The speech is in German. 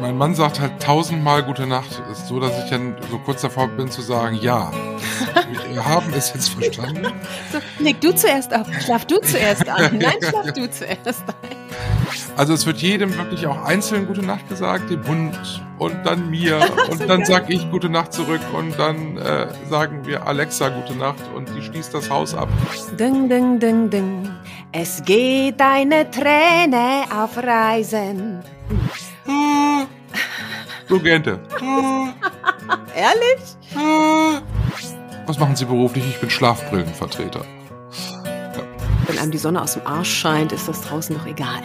mein Mann sagt halt tausendmal gute Nacht, ist so, dass ich dann so kurz davor bin zu sagen, ja, wir haben es jetzt verstanden. So, leg du zuerst auf, schlaf du zuerst an. Nein, schlaf du zuerst ein. Also es wird jedem wirklich auch einzeln gute Nacht gesagt, dem Hund und dann mir und dann sag ich gute Nacht zurück und dann äh, sagen wir Alexa gute Nacht und die schließt das Haus ab. Ding, ding, ding, ding. Es geht eine Träne auf Reisen. So Gente. Ehrlich? Was machen Sie beruflich? Ich bin Schlafbrillenvertreter. Wenn einem die Sonne aus dem Arsch scheint, ist das draußen doch egal.